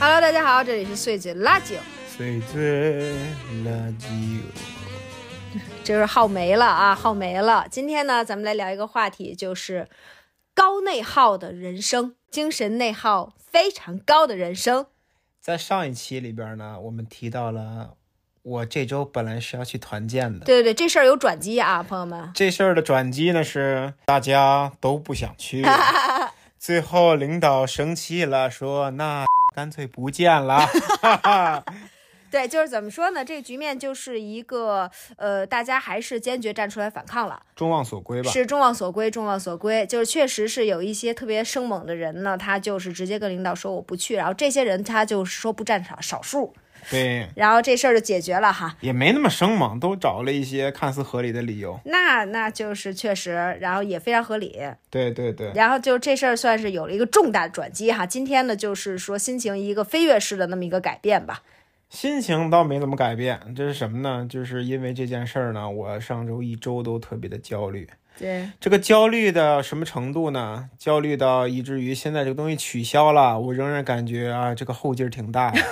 Hello，大家好，这里是碎嘴拉酒，碎嘴垃圾这是浩梅了啊，浩梅了。今天呢，咱们来聊一个话题，就是高内耗的人生，精神内耗非常高的人生。在上一期里边呢，我们提到了我这周本来是要去团建的，对对对，这事儿有转机啊，朋友们。这事儿的转机呢是大家都不 想去，最后领导生气了，说那 干脆不见了。 对，就是怎么说呢？这个局面就是一个呃，大家还是坚决站出来反抗了，众望所归吧，是众望所归，众望所归。就是确实是有一些特别生猛的人呢，他就是直接跟领导说我不去，然后这些人他就是说不占少少数，对，然后这事儿就解决了哈。也没那么生猛，都找了一些看似合理的理由。那那就是确实，然后也非常合理，对对对，然后就这事儿算是有了一个重大的转机哈。今天呢，就是说心情一个飞跃式的那么一个改变吧。心情倒没怎么改变，这是什么呢？就是因为这件事儿呢，我上周一周都特别的焦虑。对，这个焦虑的什么程度呢？焦虑到以至于现在这个东西取消了，我仍然感觉啊，这个后劲儿挺大 呀。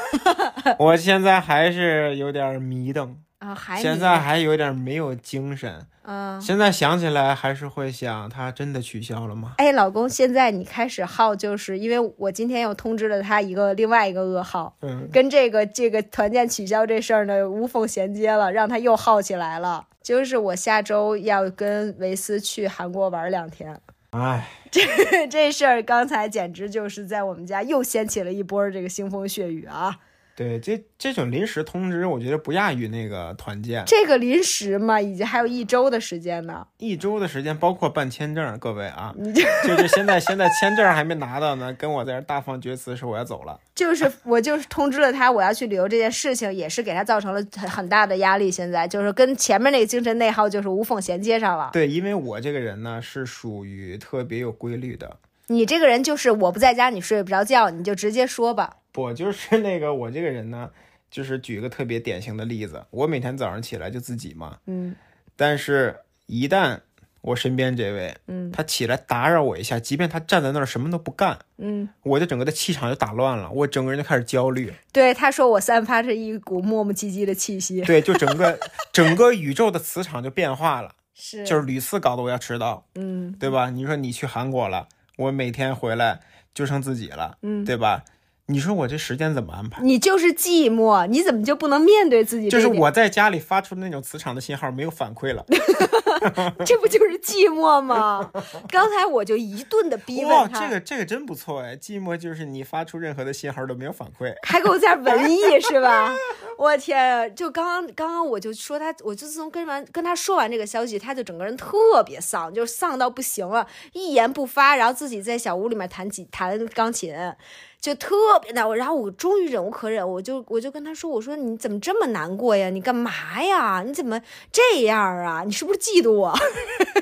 我现在还是有点迷瞪，啊，还现你在还有点没有精神。嗯，现在想起来还是会想，它真的取消了吗？哎，老公，现在你开始耗，就是因为我今天又通知了他一个另外一个噩耗，嗯，跟这个这个团建取消这事儿呢无缝衔接了，让他又耗起来了。就是我下周要跟维斯去韩国玩两天，哎，这事儿刚才简直就是在我们家又掀起了一波这个腥风血雨啊！对，这这种临时通知，我觉得不亚于那个团建。这个临时嘛，已经还有一周的时间呢，一周的时间，包括办签证，各位啊，你这就是现在现在签证还没拿到呢，跟我在这儿大放厥词说我要走了。就是我就是通知了他我要去旅游这件事情，也是给他造成了很很大的压力。现在就是跟前面那个精神内耗就是无缝衔接上了。对，因为我这个人呢是属于特别有规律的，你这个人就是我不在家你睡不着觉，你就直接说吧。我就是那个我这个人呢，就是举一个特别典型的例子，我每天早上起来就自己嘛，嗯但是一旦我身边这位，嗯他起来打扰我一下，即便他站在那儿什么都不干，嗯，我的整个的气场就打乱了，我整个人就开始焦虑，对，他说我散发着一股磨磨唧唧的气息，对，就整个整个宇宙的磁场就变化了，是就是屡次搞得我要迟到，嗯对吧？你说你去韩国了，我每天回来就剩自己了，嗯，对吧？你说我这时间怎么安排？你就是寂寞，你怎么就不能面对自己就这是一点？我在家里发出的那种磁场的信号没有反馈了。这不就是寂寞吗？ 刚才我就一顿的逼哇，问他，这个这个真不错哎！寂寞就是你发出任何的信号都没有反 馈。还给我加文艺是吧？我天啊，就刚刚刚刚我就说他，我就自从跟完跟他说完这个消息，他就整个人特别丧，就是丧到不行了，一言不发，然后自己在小屋里面弹吉弹钢琴，就特别难。我然后我终于忍无可忍，我就我就跟他说，我说你怎么这么难过呀？你干嘛呀？你怎么这样啊？你是不是嫉妒我？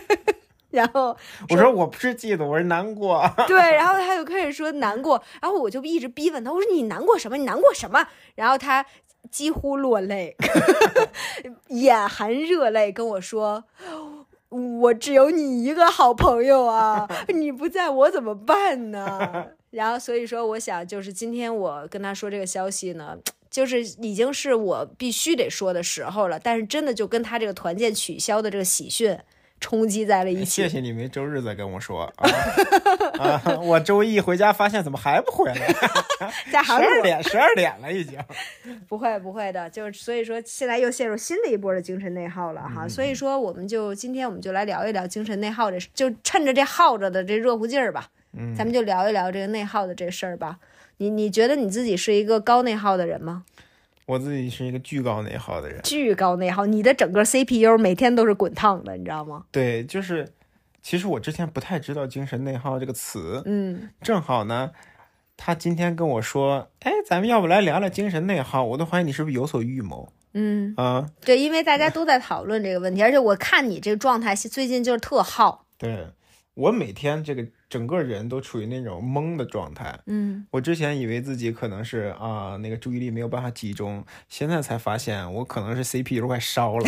然后我说我不是嫉妒，我是难过。 对，然后他就开始说难过，然后我就一直逼问他，我说你难过什么？你难过什么？然后他几乎落泪， 眼含热泪跟我说。我只有你一个好朋友 啊，你不在我怎么办呢？ 然后所以说，我想就是今天我跟他说这个消息呢，就是已经是我必须得说的时候了。但是真的就跟他这个团建取消的这个喜讯冲击在了一起哎谢，谢你没周日再跟我说 啊啊！我周一回家发现怎么还不回来？在十韩国二点十二点了已经。不会不会的，就是所以说现在又陷入新的一波的精神内耗了哈，所以说我们就今天我们就来聊一聊精神内耗这事，就趁着这耗着的这热乎劲儿吧，嗯咱们就聊一聊这个内耗的这事儿吧。你你觉得你自己是一个高内耗的人吗？我自己是一个巨高内耗的人，巨高内耗，你的整个 CPU 每天都是滚烫的，你知道吗？对，就是其实我之前不太知道精神内耗这个词，嗯，正好呢，他今天跟我说，哎，咱们要不来聊聊精神内耗？我都怀疑你是不是有所预谋嗯，啊？对，因为大家都在讨论这个问题，而且我看你这个状态最近就是特耗，对我每天这个整个人都处于那种懵的状态。嗯我之前以为自己可能是啊、那个注意力没有办法集中，现在才发现我可能是 CPU 快烧了。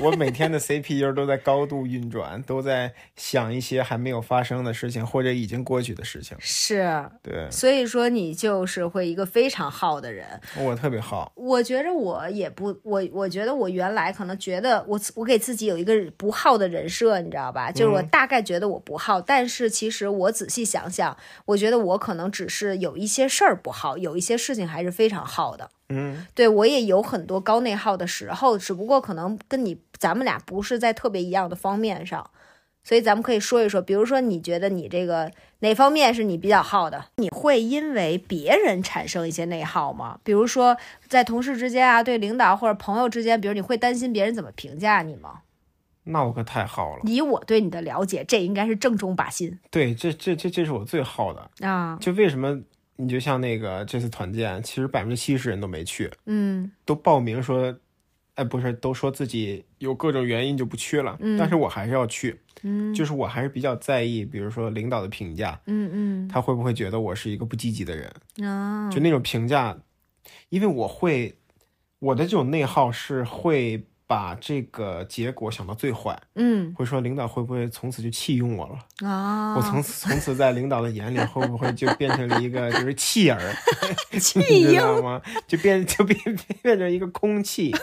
我每天的 CPU 都在高度运转，都在想一些还没有发生的事情或者已经过去的事情。是，对所以说你就是会一个非常耗的人。我特别好，我觉着我也不，我我觉得我原来可能觉得我我给自己有一个不好的人设，你知道吧？就是我大概觉得我不好，但是其实我仔细想想，我觉得我可能只是有一些事儿不好，有一些事情还是非常好的。嗯，对我也有很多高内耗的时候，只不过可能跟你咱们俩不是在特别一样的方面上，所以咱们可以说一说，比如说你觉得你这个哪方面是你比较耗的？你会因为别人产生一些内耗吗？比如说在同事之间啊，对领导或者朋友之间，比如你会担心别人怎么评价你吗？那我可太好了。以我对你的了解，这应该是正中靶心对，这这这这是我最好的。啊。就为什么你就像那个这次团建，其实百分之七十人都没去，嗯都报名说，哎，不是，都说自己有各种原因就不去了，嗯但是我还是要去，嗯就是我还是比较在意，比如说领导的评价，嗯他会不会觉得我是一个不积极的人，嗯啊就那种评价，因为我会，我的这种内耗是会把这个结果想到最坏，嗯会说领导会不会从此就弃用我了，啊，我从此从此在领导的眼里会不会就变成了一个就是弃儿，弃你知婴道吗？就变 就变变变成一个空气，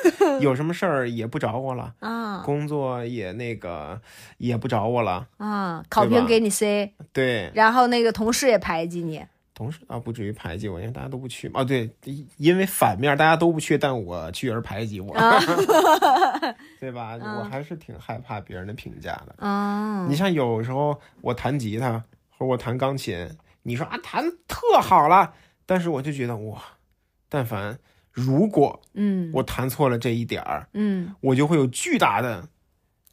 有什么事儿也不找我了，啊工作也那个也不找我了。啊，考对评吧给你塞。对，然后那个同事也排挤你，同事啊不至于排挤我，因为大家都不去嘛。哦，对，因为反面大家都不去，但我去而排挤我，对吧？我还是挺害怕别人的评价的。嗯，你像有时候我弹吉他或者我弹钢琴，你说啊弹得特好了，但是我就觉得哇，但凡如果嗯我弹错了这一点儿，嗯我就会有巨大的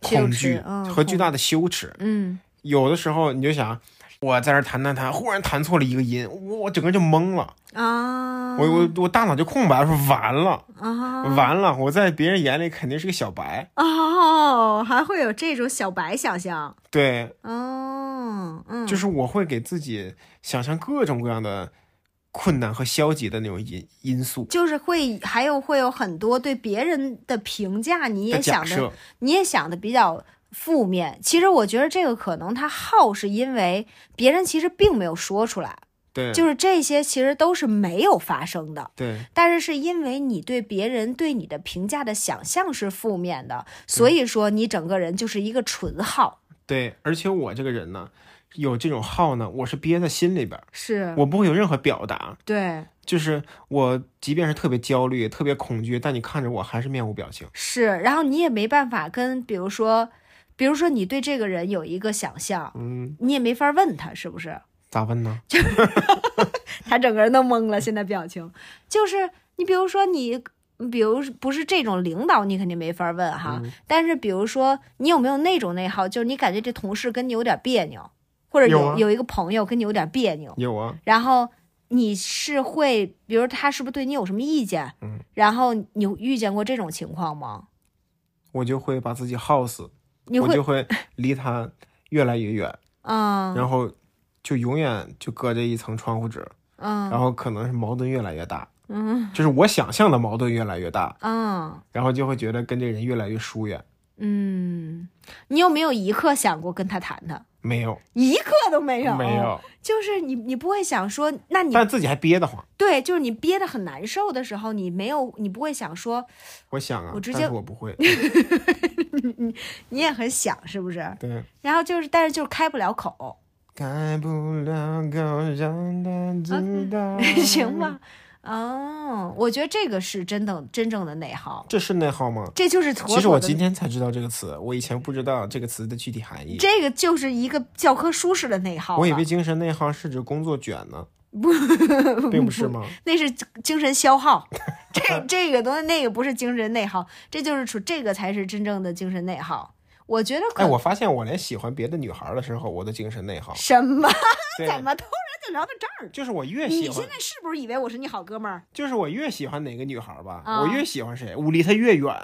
恐惧羞耻嗯和巨大的羞耻。嗯有的时候你就想，我在这儿弹弹弹，忽然弹错了一个音，我我整个就懵了，啊，我我我大脑就空白了，说完了啊完了，我在别人眼里肯定是个小白。哦，还会有这种小白想象对，哦，嗯，就是我会给自己想象各种各样的困难和消极的那种因因素就是会还有会有很多对别人的评价，你的也假想的设。你也想的比较负面。其实我觉得这个可能他好是因为别人其实并没有说出来，对，就是这些其实都是没有发生的。对但是是因为你对别人对你的评价的想象是负面的，所嗯以说你整个人就是一个纯耗。对，而且我这个人呢，有这种好呢，我是憋在心里边儿，是，我不会有任何表达。对，就是我，即便是特别焦虑、特别恐惧，但你看着我还是面无表情。是。然后你也没办法跟，比如说，比如说你对这个人有一个想象，嗯，你也没法问他是不是，咋问呢？ 他整个人都懵了，现在表情就是你，比如说你。比如不是这种领导，你肯定没法问哈。嗯但是比如说，你有没有那种内耗，就是你感觉这同事跟你有点别扭，或者有有啊一个朋友跟你有点别扭，有啊，然后你是会，比如他是不是对你有什么意见？嗯，然后你遇见过这种情况吗？我就会把自己耗死，你我会就会离他越来越远，嗯然后就永远就隔着一层窗户纸，嗯然后可能是矛盾越来越大，嗯就是我想象的矛盾越来越大，嗯然后就会觉得跟这人越来越疏远。嗯，你有没有一刻想过跟他谈谈？没有，一刻都没有，哦没，有，就是你，你不会想说，那你但自己还憋得慌。对，就是你憋得很难受的时候，你没有，你不会想说，我想啊，我直但接是我不 会。你也很想，是不是？对，然后就是，但是就是开不了口，开不了口，让啊他知 道。 行吧？哦，我觉得这个是真的真正的内耗，这是内耗吗？这就是妥妥的。其实我今天才知道这个词，我以前不知道这个词的具体含义。这个就是一个教科书式的内耗了，我以为精神内耗是指工作卷呢，不， 并不是吗？那是精神消 耗，这这个东西那个不是精神内耗，这就是处这个才是真正的精神内耗。我觉得可、。哎，我发现我连喜欢别的女孩的时候，我都精神内耗什么对，怎么突然就聊到这儿了？就是我越你喜现欢，在是不是以为我是你好哥们儿？就是我越喜欢哪个女孩吧，啊我越喜欢谁，我离她越远，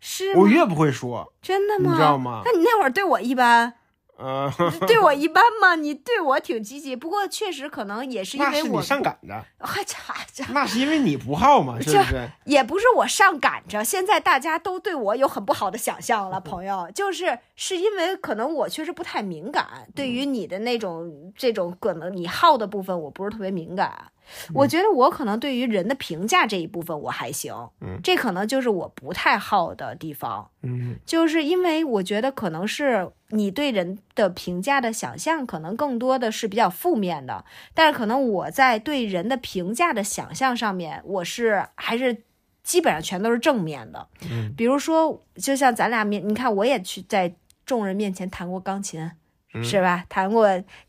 是吗我越不会说，真的你吗？知道吗 那你那会儿对我一般，嗯，对我一般嘛，你对我挺积极，不过确实可能也是因那为是我 你上赶着，还差这那是因为你不 好嘛，是不是？也不是我上赶着，现在大家都对我有很不好的想象了，朋友，就是是因为可能我确实不太敏感，对嗯于你的那种这种可能你好的部分，我不是特别敏感。嗯我觉得我可能对于人的评价这一部分我还行，嗯这可能就是我不太好的地方，嗯就是因为我觉得可能是你对人的评价的想象，可能更多的是比较负面的，但是可能我在对人的评价的想象上面，我是还是基本上全都是正面的。嗯比如说，就像咱俩面，你看我也去在众人面前弹过钢琴，嗯是吧？弹过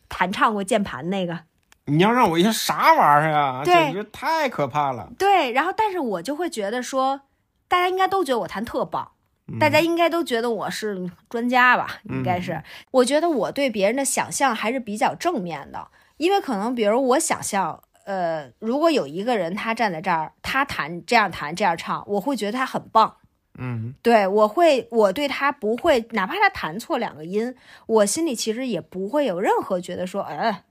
弹唱过键盘那个，你要让我一下啥玩意儿啊？对简直太可怕了！对。然后，但是我就会觉得说，大家应该都觉得我弹特棒。大家应该都觉得我是专家吧？应该是，我觉得我对别人的想象还是比较正面的，因为可能比如我想象，呃，如果有一个人他站在这儿，他弹这样弹这样唱，我会觉得他很棒。嗯对，我会，我对他不会，哪怕他弹错两个音，我心里其实也不会有任何觉得说，呃，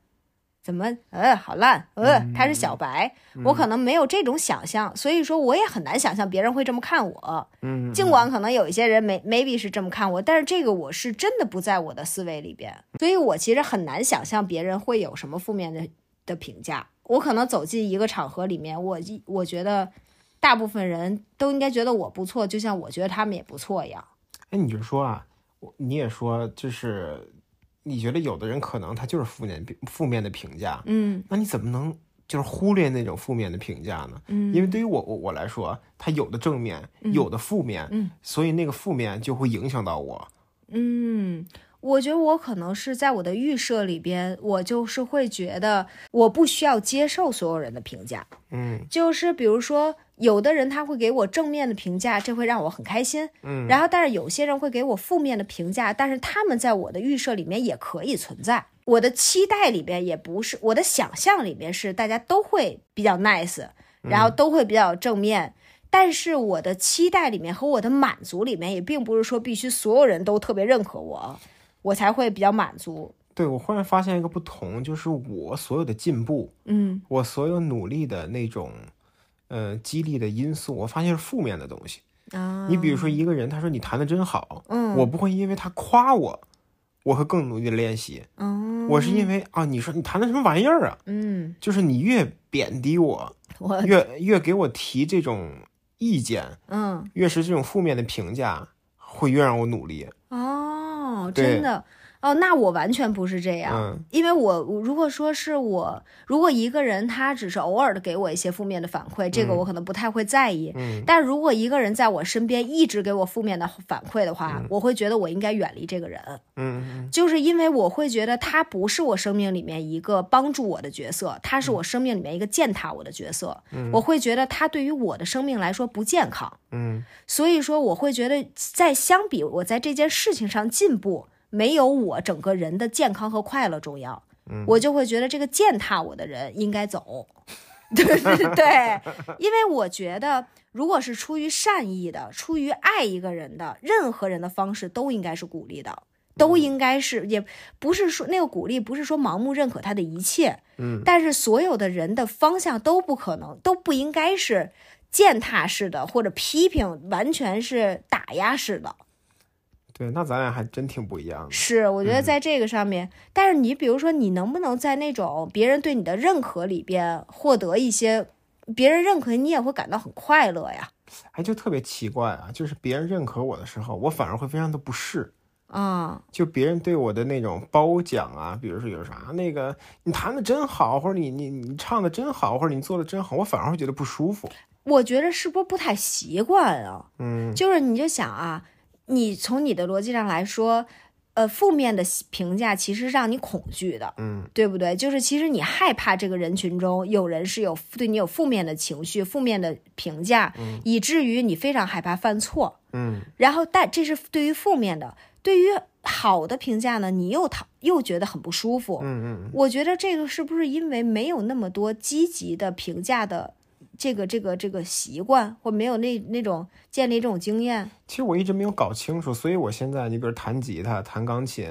怎么，呃，好烂，呃，他是小白，我可能没有这种想象，所以说我也很难想象别人会这么看我。嗯，尽管可能有一些人没 maybe 是这么看我，但是这个我是真的不在我的思维里边，所以我其实很难想象别人会有什么负面的的评价。我可能走进一个场合里面，我一我觉得大部分人都应该觉得我不错，就像我觉得他们也不错一样。哎，你就说啊，我你也说，就是你觉得有的人可能他就是负面负面的评价，嗯那你怎么能就是忽略那种负面的评价呢？嗯因为对于我我我来说，它有的正面，有的负面，嗯所以那个负面就会影响到我。嗯，我觉得我可能是在我的预设里边，我就是会觉得我不需要接受所有人的评价。嗯就是比如说，有的人他会给我正面的评价，这会让我很开心。嗯，然后但是有些人会给我负面的评价，但是他们在我的预设里面也可以存在。我的期待里边也不是，我的想象里边是大家都会比较 nice，然嗯后都会比较正面。但是我的期待里面和我的满足里面，也并不是说必须所有人都特别认可我，我才会比较满足。对我忽然发现一个不同，就是我所有的进步，嗯我所有努力的那种，呃，激励的因素，我发现是负面的东西。啊，你比如说一个人，他说你弹的真好，嗯我不会因为他夸我，我会更努力的练习。嗯我是因为啊，你说你弹的什么玩意儿啊？嗯，就是你越贬低我，我越越给我提这种意见，嗯越是这种负面的评价，会越让我努力。哦，对真的哦，那我完全不是这样。嗯因为我我如果说是我，如果一个人他只是偶尔的给我一些负面的反馈，这个我可能不太会在意。嗯但如果一个人在我身边一直给我负面的反馈的话，我会觉得我应该远离这个人，嗯就是因为我会觉得他不是我生命里面一个帮助我的角色，他是我嗯生命里面一个践踏我的角色。我会觉得他对于我的生命来说不健康。嗯所以说，我会觉得在相比我在这件事情上进步，没有我整个人的健康和快乐重要。嗯我就会觉得这个践踏我的人应该走。 对对对，因为我觉得，如果是出于善意的、出于爱一个人的，任何人的方式都应该是鼓励的，嗯都应该是，也不是说那个鼓励不是说盲目认可他的一切，嗯，但是所有的人的方向都不可能，都不应该是践踏式的或者批评，完全是打压式的。对，那咱俩还真挺不一样的。是，我觉得在这个上面，但是你比如说，你能不能在那种别人对你的认可里边获得一些别人认可，你也会感到很快乐呀？哎，就特别奇怪啊，就是别人认可我的时候，我反而会非常的不适。啊、就别人对我的那种褒奖啊，比如说有啥那个你弹的真好，或者你你你唱的真好，或者你做的真好，我反而会觉得不舒服。我觉得是不是不太习惯啊？嗯就是你就想啊，你从你的逻辑上来说，呃，负面的评价其实让你恐惧的。嗯对不对？就是其实你害怕这个人群中有人是有对你有负面的情绪、负面的评价，以至于你非常害怕犯错。嗯然后，但这是对于负面的，对于好的评价呢，你又讨又觉得很不舒服。嗯嗯我觉得这个是不是因为没有那么多积极的评价的这个这个这个习惯，或没有那那种建立这种经验？其实我一直没有搞清楚，所以我现在你比如弹吉他、弹钢琴，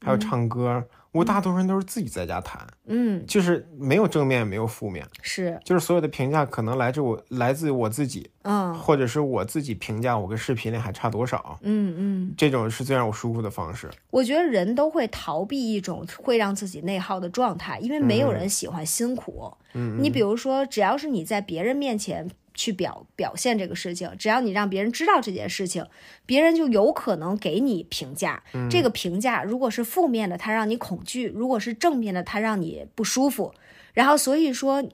还有唱歌，我大多数人都是自己在家弹，嗯，就是没有正面也没有负面，是，就是所有的评价可能来自我来自我自己，嗯或者是我自己评价我跟视频里还差多少，嗯嗯。这种是最让我舒服的方式。我觉得人都会逃避一种会让自己内耗的状态，因为没有人喜欢辛苦。嗯嗯，你比如说，只要是你在别人面前去表表现这个事情，只要你让别人知道这件事情，别人就有可能给你评价。这个评价如果是负面的，它让你恐惧；如果是正面的，它让你不舒服。然后所以说，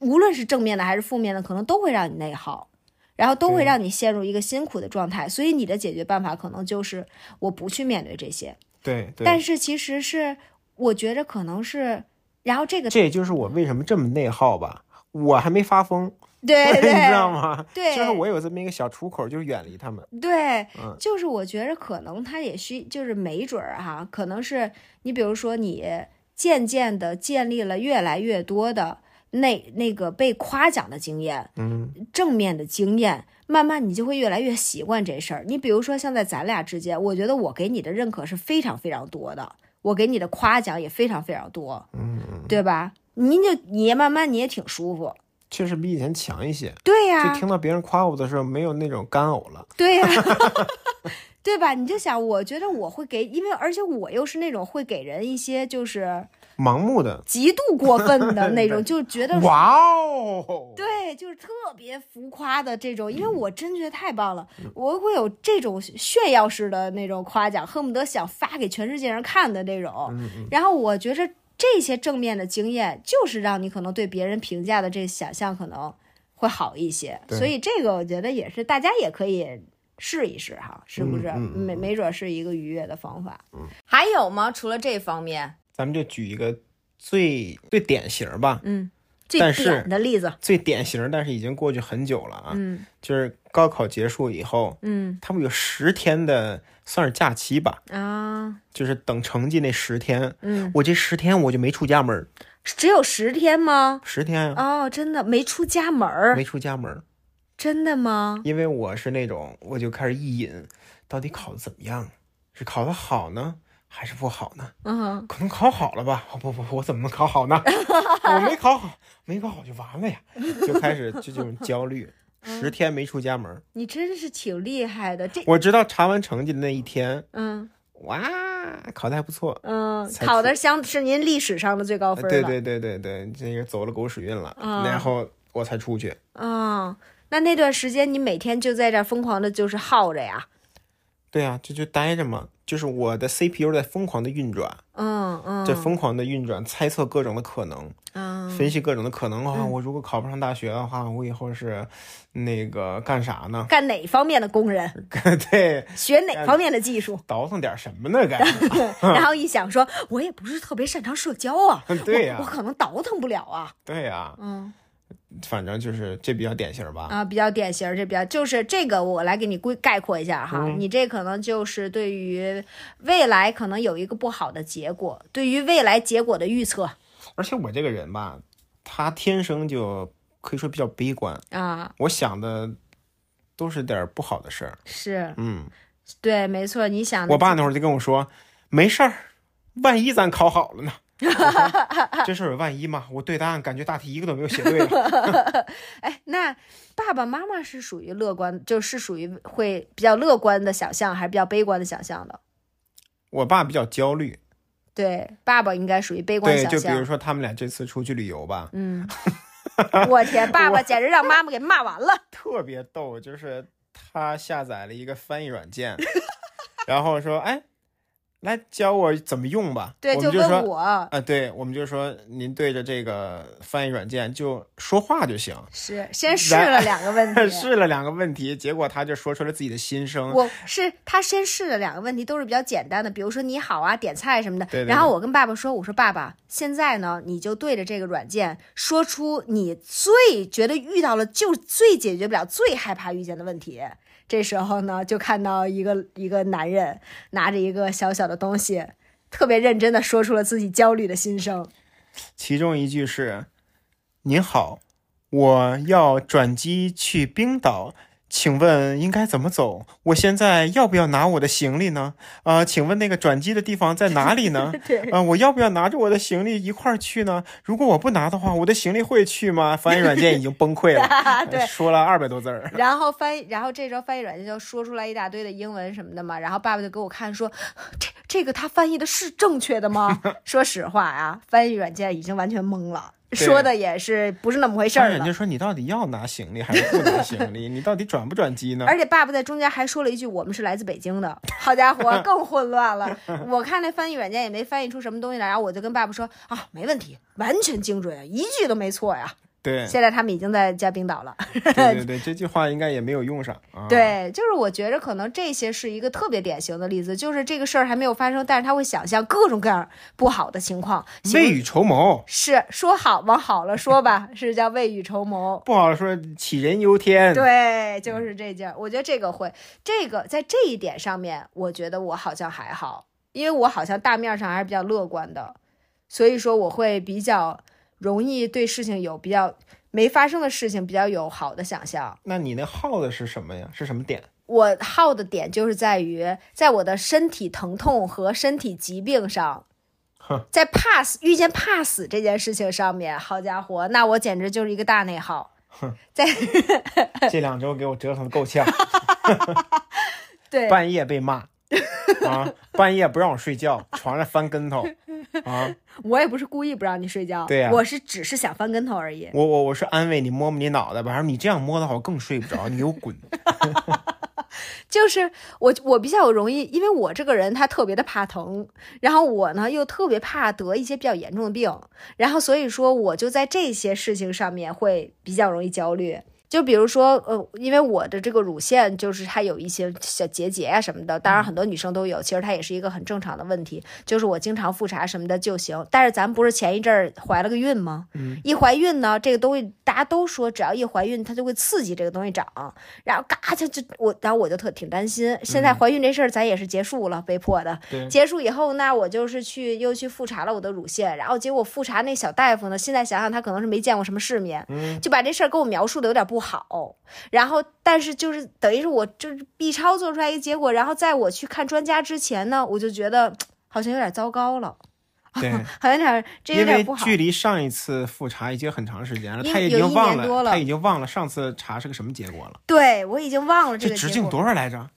无论是正面的还是负面的，可能都会让你内耗。然后都会对让你陷入一个辛苦的状态，所以你的解决办法可能就是我不去面对这些，对对，但是其实是我觉着可能是，然后这个这也就是我为什么这么内耗吧。我还没发疯，对对 你知道吗？对就是我有这么一个小出口，就是远离他们。对嗯，就是我觉着可能他也需就是没准儿、哈，可能是你比如说你渐渐的建立了越来越多的那那个被夸奖的经验，嗯，正面的经验，慢慢你就会越来越习惯这事儿。你比如说像在咱俩之间，我觉得我给你的认可是非常非常多的，我给你的夸奖也非常非常多，嗯，对吧？您就你也慢慢你也挺舒服，确实比以前强一些。对呀、就听到别人夸我的时候，没有那种干呕了。对 呀、 对吧？你就想，我觉得我会给，因为而且我又是那种会给人一些就是盲目的，极度过分 的那种，对就觉得哇哦，对，就是特别浮夸的这种，因为嗯我真觉得太棒了，我会有这种炫耀式的那种夸奖，恨不得想发给全世界人看的那种。嗯然后我觉着这些正面的经验，就是让你可能对别人评价的这想象可能会好一些。对所以这个我觉得也是大家也可以试一试哈，是不是？嗯嗯嗯嗯没没准是一个愉悦的方法。还有吗？除了这方面，咱们就举一个最最典型吧，嗯，最但是点的例子，最典型，但是已经过去很久了啊，嗯就是高考结束以后，嗯他们有十天的算是假期吧，啊，就是等成绩那十天。嗯，我这十天我就没出家门儿，只有十天吗？十 天啊，哦，真的没出家门儿，没出家门儿，真的吗？因为我是那种我就开始意淫，到底考的怎么样？是考的好呢，还是不好呢？嗯，可能考好了吧？哦不不不，我怎么能考好呢？我没考好，没考好就完了呀，就开始就这种焦 虑。嗯十天没出家门儿，你真是挺厉害的，这我直到查完成绩的那一天，嗯哇，考的还不错。嗯，才考出的相是您历史上的最高呃分了，对对对对对，这个走了狗屎运了，啊然后我才出去。嗯，那那段时间你每天就在这儿疯狂的，就是耗着呀，对啊，这就待着嘛，就是我的 CPU 在疯狂的运转，嗯嗯，在疯狂的运转，猜测各种的可能，嗯分析各种的可能啊。我如果考不上大学的话，我以后是那个干啥呢？ 干哪方面的工人，对，学哪方面的技 术， 倒腾点什么呢？该然后一想说，我也不是特别擅长社交啊， 对呀、我可能倒腾不了啊，对呀、嗯反正就是这比较典型吧。啊，比较典型儿，这比较就是这个，我来给你归概括一下哈，嗯你这可能就是对于未来可能有一个不好的结果，对于未来结果的预测而且我这个人吧，他天生就可以说比较悲观，啊，我想的都是点儿不好的事儿。是嗯。对，啊没错，你想的我爸那会儿就跟我说，没事儿，万一咱考好 了呢？我说这事儿有万一吗？我对答案感觉大题一个都没有写对 啊哎，那爸爸妈妈是属于乐观，就是属于会比较乐观的想象，还是比较悲观的想象的？我爸比较焦虑，对，爸爸应该属于悲观对，想就比如象。说他们俩这次出去旅游吧， 嗯，我天，爸爸简直让妈妈给骂完了。特别逗，就是他下载了一个翻译 软件，然后说，哎，来教我怎么用吧。对，我们就问说。我。啊，对，我们就说您对着这个翻译软件就说话就行。是，先试然了两个问题， 试了两个问题，结果他就说出了自己的心声。我是他先试了两个问题，都是比较简单的，比如说你好啊、点菜什么的。对对对然后我跟爸爸说：“我说爸爸，现在呢，你就对着这个软件说出你最觉得遇到了就最解决不了、最害怕遇见的问题。”这时候呢，就看到一个 一个男人拿着一个小小的东西，特别认真的说出了自己焦虑的心声。 其中一句是：“您好，我要转机去冰岛，请问应该怎么走？我现在要不要拿我的行李呢？啊、请问那个转机的地方在哪里呢？ 对，啊、我要不要拿着我的行李一块儿去呢？如果我不拿的话，我的行李会去吗？翻译软件已经崩溃 了，哎对，说了二百多字 儿。然后翻译，然后这时候翻译软件就说出来一大堆的英文什么的嘛。然后爸爸就给我看说，这这个他翻译的是正确的 吗？说实话啊，翻译软件已经完全懵了，对说的也是不是那么回事翻译儿软了件。说你到底要拿行李还是不拿行 李？你到底转不转机呢？而且爸爸在中间还说了一句：“我们是来自北京的。”好家 伙，更混乱了。我看那翻译软件也没翻译出什么东西来，然后我就跟爸爸说：“啊，没问题，完全精准，一句都没错呀。”对现在他们已经在在冰岛了。对对对，这句话应该也没有用上啊。，对，就是我觉着可能这些是一个特别典型的例子，就是这个事儿还没有发生，但是他会想象各种各样不好的情况。未行雨绸缪， 是说好往好了说吧，是叫未雨绸 缪。不好说杞人忧天。对，就是这件儿，我觉得这个会，这个在这一点上面，我觉得我好像还好，因为我好像大面上还是比较乐观的，所以说我会比较容易对事情有比较没发生的事情比较有好的想象。那你那耗的是什么呀？是什么点？ 我耗的点就是在于，在我的身体疼痛和身体疾病上哼，在怕死遇见怕死这件事情上面，好家伙，那我简直就是一个大内耗。这两周给我折腾的够呛， 对，半夜 被骂啊，半夜不让我睡觉，床上翻跟头啊。我也不是故意不让你睡觉，对呀我是只是想翻跟头而已。我我我是安慰你，摸摸你脑袋吧，然后你这样摸的话，我更睡不着，你给我滚。 就是我我比较容易，因为我这个人他特别的怕疼，然后我呢又特别怕得一些比较严重的病，然后所以说我就在这些事情上面会比较容易焦虑。就比如说，呃，因为我的这个乳腺就是它有一些小结节啊什么的，当然很多女生都有，其实它也是一个很正常的问题，就是我经常复查什么的就行。但是咱不是前一阵儿怀了个孕吗？嗯，一怀孕呢，这个东西大家都说，只要一怀孕它就会刺激这个东西长，然后嘎就就我，然后我就特挺担心。现嗯在怀孕这事儿咱也是结束了，被迫的。对，结束以后呢，我就是去又去复查了我的乳腺，然后结果复查那小大夫呢，现在想想他可能是没见过什么世面，嗯就把这事儿给我描述的有点不好。然后，但是就是等于是我就是 B 超做出来一个结果，然后在我去看专家之前呢，我就觉得好像有点糟糕了，对，好像有点 这有因点为不好。距离上一次复查已经很长时间了，因他已有一经忘年多了他已经忘了上次查是个什么结果了。对我已经忘了这这个直结径果。多少来着？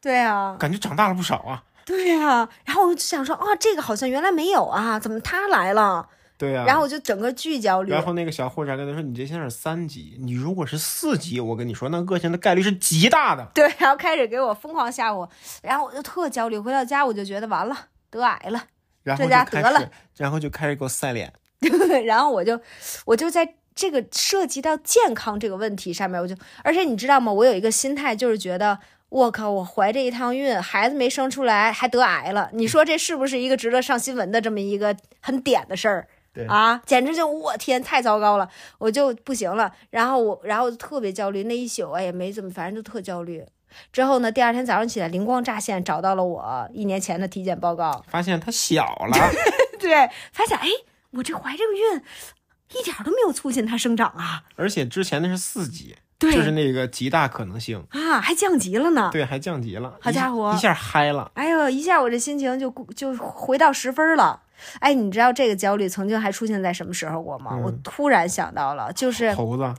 对啊，感觉长大了不少啊。对啊，然后我就想说，啊，这个好像原来没有啊，怎么他来了？对呀、然后我就整个巨焦虑啊然。后那个小护士还跟他说：“你这现在是三级，你如果是四级，我跟你说，那恶性的概率是极大的。对，然后开始给我疯狂吓我，然后我就特焦虑。回到家我就觉得完了，得癌了。”然后这就家开得了始，然后就开始给我晒脸。 然后我就我就在这个涉及到健康这个问题上面，我就而且你知道吗？我有一个心态，就是觉得我靠，我怀这一趟孕，孩子没生出来还得癌了，你说这是不是一个值得上新闻的这么一个很点的事儿？对啊，简直就我天，太糟糕了，我就不行了。然后我，然后就特别焦虑，那一宿啊也没怎么，反正就特焦虑。之后呢，第二天早上起来灵光乍现，找到了我一年前的体检报告，发现它小 了，对，发现哎，我这怀这个孕一点儿都没有促进它生长啊，而且之前那是四级，对就是那个极大可能性，啊，还降级了呢。对，还降级了，好家伙一下嗨了，哎呦，一下我这心情就就回到十分了。哎，你知道这个焦虑曾经还出现在什么时候过吗？我突然想到了，就是嗯猴子，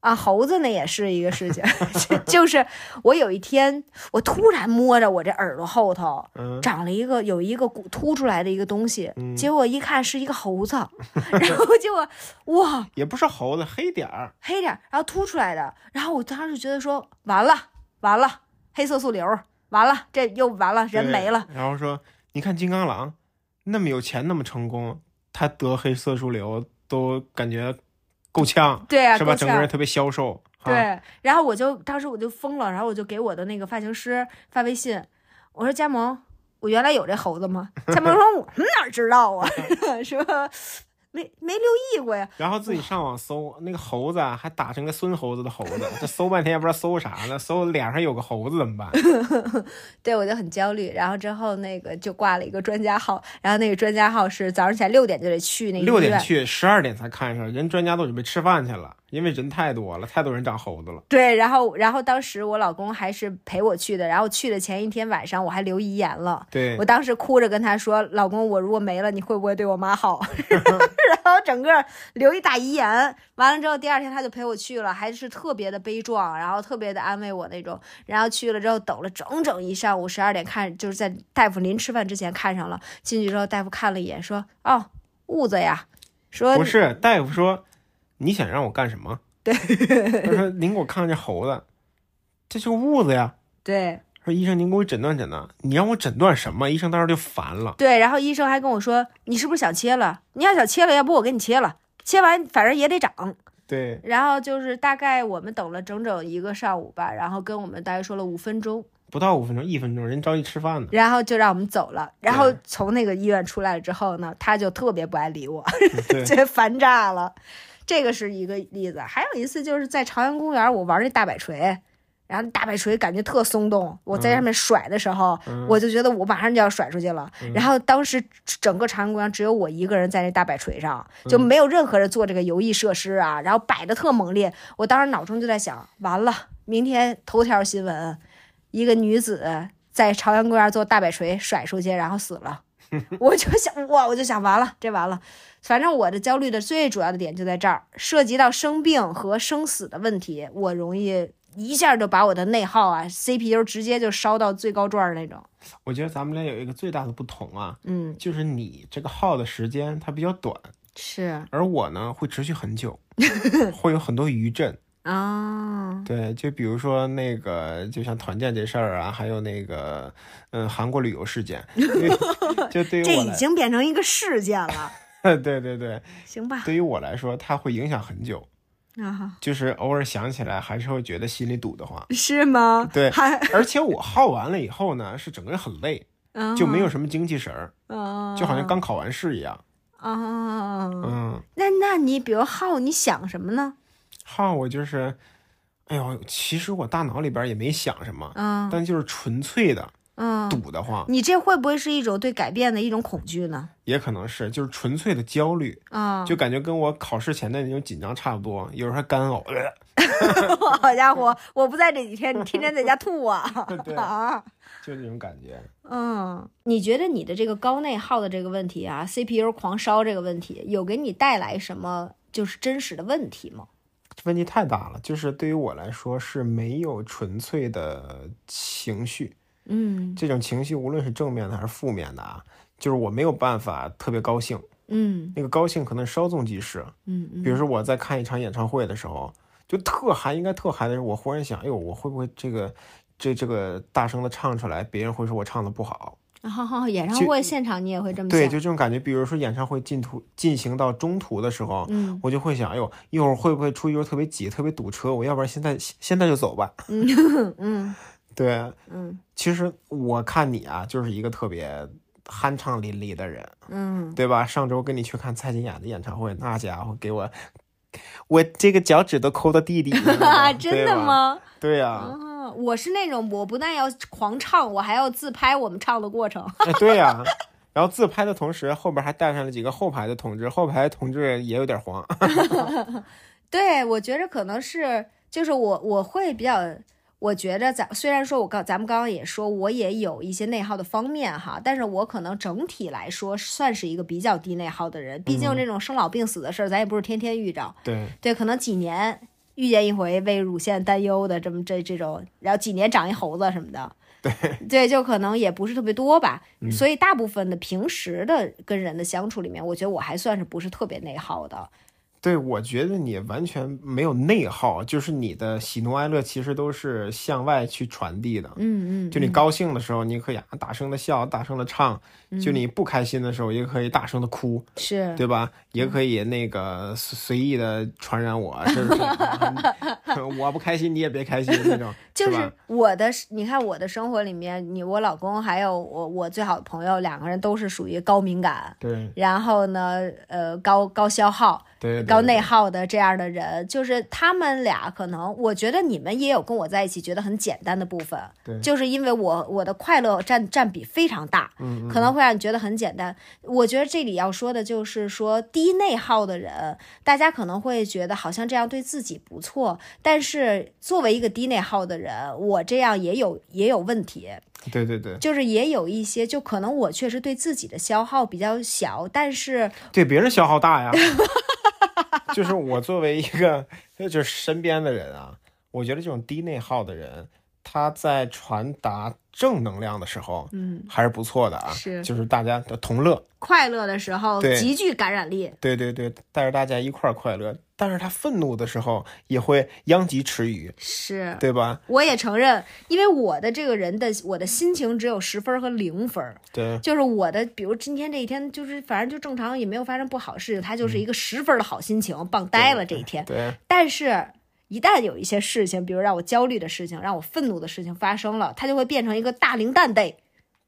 啊，猴子那也是一个事情， 就是我有一天，我突然摸着我这耳朵后头嗯长了一个有一个骨凸出来的一个东西，嗯结果一看是一个猴子， 然后结果哇也不是猴子，黑点儿，黑点儿，然后凸出来的，然后我当时就觉得说完了完了，黑色素瘤儿完了，这又完了，人对没了。。然后说，你看金刚狼那么有钱，那么成功，他得黑色素瘤都感觉够呛，对啊，是吧？够整个呛人特别消瘦。啊，对，然后我就当时我就疯了，然后我就给我的那个发型师发微信，我说佳萌，我原来有这猴子吗？佳 萌说我们哪知道啊， 说没没留意过呀。然后自己上网搜那个猴子，啊，还打成个孙猴子的猴子， 这搜半天也不知道搜啥呢，搜脸上有个猴子怎么办？对，我就很焦虑。然后之后那个就挂了一个专家号，然后那个专家号是早上起来六点就得去那个六医点院。去，十二点才看上，人专家都准备吃饭去了。因为人太多了，太多人长猴子了。对，然后然后当时我老公还是陪我去的，然后去的前一天晚上我还留遗言了。对我，当时哭着跟他说：“老公，我如果没了，你会不会对我妈好？” 然后整个留一大遗言，完了之后第二天他就陪我去了，还是特别的悲壮，然后特别的安慰我那种。然后去了之后等了整整一上午，十二点看就是在大夫临吃饭之前看上了，进去之后大夫看了一眼说：“哦，痦子呀。”说不是大夫说，你想让我干什么？对，他说您给我看看这猴子，这就是痦子呀。对，说医生您给我诊断诊断，你让我诊断什么？医生当时就烦了。对，然后医生还跟我说：“你是不是想切了？你要想切了，要不我给你切了，切完反正也得长。对”，然后就是大概我们等了整整一个上午吧，然后跟我们大约说了五分钟，不到五分钟，一分钟，人着急吃饭呢。然后就让我们走了。然后嗯对从那个医院出来之后呢，他就特别不爱理我，嗯 对，觉得烦炸了。这个是一个例子，还有一次就是在朝阳公园，我玩那大摆锤，然后大摆锤感觉特松动，我在上面甩的时候，嗯我就觉得我马上就要甩出去了。然后当时整个朝阳公园只有我一个人在那大摆锤上，嗯就没有任何人做这个游艺设施啊，然后摆的特猛烈。我当时脑中就在想，完了，明天头条新闻，一个女子在朝阳公园做大摆锤甩出去，然后死了。 我就想哇，我就想完了，这完了。反正我的焦虑的最主要的点就在这儿，涉及到生病和生死的问题，我容易一下就把我的内耗啊，CPU 直接就烧到最高状儿那种。我觉得咱们俩有一个最大的不同啊，嗯，就是你这个耗的时间它比较短，是而我呢会持续 很久，会有很多余震。啊，对，就比如说那个，就像团建这事儿啊，还有那个，嗯，韩国旅游事 件，对就对于这我已来，经变成一个事件了， 对对对，行吧？对于我来说，它会影响很久，啊，就是偶尔想起来还是会觉得心里堵得慌。是吗？对还而且我耗完了以后呢，是整个人很累，嗯就没有什么精气神儿，啊，就好像刚考完试一样。啊，嗯，那那你比如耗，你想什么呢？耗我就是，哎呦，其实我大脑里边也没想什么，啊但就是纯粹的啊，堵得慌，你这会不会是一种对改变的一种恐惧呢？也可能是就是纯粹的焦虑，啊， 就感觉跟我考试前的那种紧张差不多，有时候还干呕。呃好家伙，我不在这几天，你天天在家吐 啊！对啊，就那种感觉，嗯，你觉得你的这个高内耗的这个问题啊，CPU 狂烧这个问题，有给你带来什么就是真实的问题吗？问题太大了。就是对于我来说是没有纯粹的情绪，嗯这种情绪无论是正面的还是负面的啊，就是我没有办法特别高兴，嗯那个高兴可能稍纵即逝。嗯嗯比如说我在看一场演唱会的时候，就特嗨，应该特嗨的时候，我忽然想，哎呦，我会不会这个这这个大声的唱出来，别人会说我唱的不好？然后演唱就会现场你也会这么对，想就？这种感觉。比如说演唱会进途进行到中途的时候，嗯我就会想，哎呦，一会儿会不会出一会儿特别挤、特别堵车？我要不然现在现在就走吧。嗯 嗯对， 嗯其实我看你啊，就是一个特别酣畅淋漓的人。嗯，对吧？上周跟你去看蔡健雅的演唱会，那家伙给我，我这个脚趾都抠到地底下了，啊 真对的吧？吗？对呀、啊，我是那种我不但要狂唱，我还要自拍我们唱的过程。哎对呀、然后自拍的同时，后边还带上了几个后排的同志，后排的同志也有点慌。对，我觉着可能是，就是我我会比较，我觉着咱虽然说我刚咱们刚刚也说，我也有一些内耗的方面哈，但是我可能整体来说算是一个比较低内耗的人，毕竟这种生老病死的事儿，咱也不是天天遇着，对，对，可能几年遇见一回为乳腺担忧的这么这这种，然后几年长一猴子什么的。 对嗯对，就可能也不是特别多吧，所以大部分的平时的跟人的相处里面，我觉得我还算是不是特别内耗的。 对，我觉得你完全没有内耗，就是你的喜怒哀乐其实都是向外去传递的。嗯嗯，就你高兴的时候，你可以啊大声的笑，大声的唱；嗯就你不开心的时候，也可以大声的哭。是对吧？嗯也可以那个随随意的传染我， 是不是？嗯 我不开心，你也别开心那种， 就是是吧？我的是，你看我的生活里面，你我老公还有我我最好的朋友，两个人都是属于高敏感，对然后呢，呃，高高消耗、对对，然后内耗的这样的人，就是他们俩可能，我觉得你们也有跟我在一起觉得很简单的部分，对就是因为我我的快乐占占比非常大，嗯，嗯可能会让你觉得很简单。我觉得这里要说的就是说，低内耗的人，大家可能会觉得好像这样对自己不错，但是作为一个低内耗的人，我这样也有也有问题，对对对，就是也有一些，就可能我确实对自己的消耗比较小，但是对别人消耗大 呀。就是我作为一个就是身边的人啊，我觉得这种低内耗的人，他在传达正能量的时候嗯，还是不错的啊，是就是大家的同乐，快乐的时候对极具感染力，对对对，带着大家一块儿快乐。但是他愤怒的时候也会殃及池鱼，是。对吧？我也承认，因为我的这个人的我的心情只有十分儿和零分儿，对，就是我的，比如今天这一天，就是反正就正常，也没有发生不好事情，他就是一个十分儿的好心情，棒呆了这一天。对，但是，一旦有一些事情，比如让我焦虑的事情，让我愤怒的事情发生了，它就会变成一个大零蛋 day。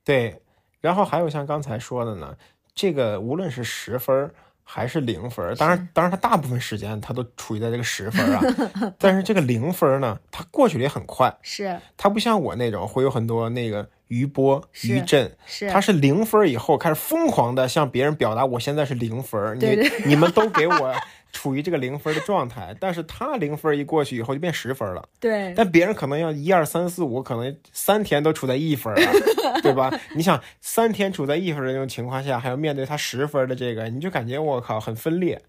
对，然后还有像刚才说的呢，这个无论是十分儿还是零分儿，当然，当然，他大部分时间他都处于在这个十分儿 啊，但是这个零分儿呢，它过去的也很快，是它不像我那种会有很多那个余波、余是震，是，他是零分儿以后开始疯狂的向别人表达，我现在是零分儿，对你你们 都给我处于这个零分儿的状态，但是他零分儿一过去以后就变十分儿了。对但别人可能要一二三四五，可能三天都处在一分儿了，对吧？ 你想三天处在一分儿的这种情况下，还要面对他十分儿的这个，你就感觉我靠很分裂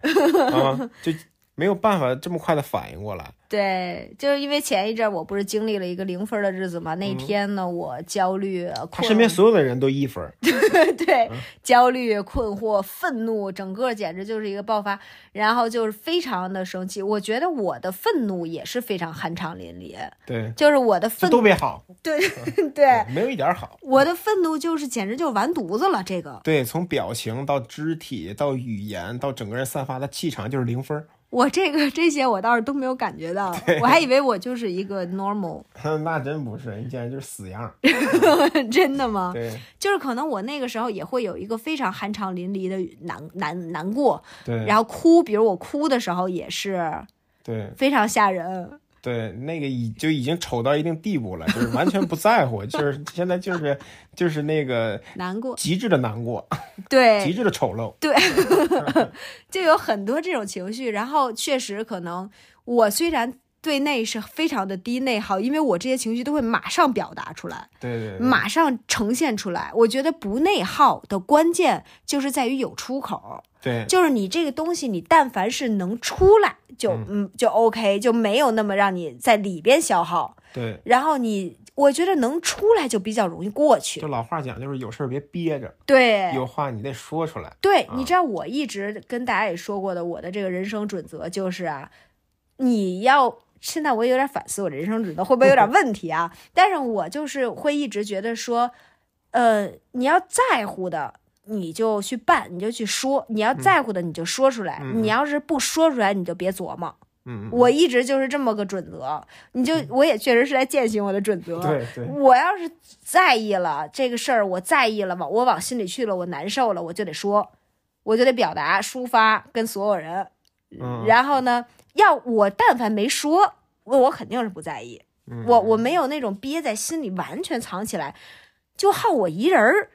啊，就没有办法这么快的反应过来。对，就是因为前一阵儿我不是经历了一个零分儿的日子嘛，那天呢，我焦虑、他困嗯身边所有的人都一分儿， 对，嗯焦虑、困惑、愤怒，整个简直就是一个爆发，然后就是非常的生气。我觉得我的愤怒也是非常酣畅淋漓，对，就是我的这愤都嗯别好，对 对，没有一点儿好。我的愤怒就是简直就是完犊子了。这个对，从表情到肢体到语言到整个人散发的气场就是零分儿， 我这个这些我倒是都没有感觉到，我还以为我就是一个 normal， 那真不是，你简直就是死样儿。真的吗？对就是可能我那个时候也会有一个非常酣畅淋漓的难难难过，对，然后哭，比如我哭的时候也是对非常吓人。对，那个已就已经丑到一定地步了，就是完全不在乎，就是现在就是就是那个难过，极致的难过，极对，致的丑陋。 就有很多这种情绪。然后确实可能我虽然对内是非常的低内耗，因为我这些情绪都会马上表达出来，对对对，马上呈现出来。我觉得不内耗的关键就是在于有出口，对就是你这个东西，你但凡是能出来，就嗯就 OK，就没有那么让你在里边消耗。对，然后你，我觉得能出来就比较容易过去就。老话讲，就是有事儿别憋着，对，有话你得说出来。对，啊你知道我一直跟大家也说过的，我的这个人生准则就是啊，你要现在我也有点反思，我的人生准则会不会有 点问题啊？但是我就是会一直觉得说，呃，你要在乎的。你就去办，你就去说，你要在乎的你就说出来，嗯你要是不说出来，你就别琢磨。嗯，嗯嗯我一直就是这么个准则，你就我也确实是在践行我的准则。对对我要是在意了这个事儿，我在意了，往我往心里去了，我难受了，我就得说，我就得表达、抒发跟所有人。嗯然后呢，要我但凡没说，我我肯定是不在意，嗯我我没有那种憋在心里完全藏起来，就好我一人儿，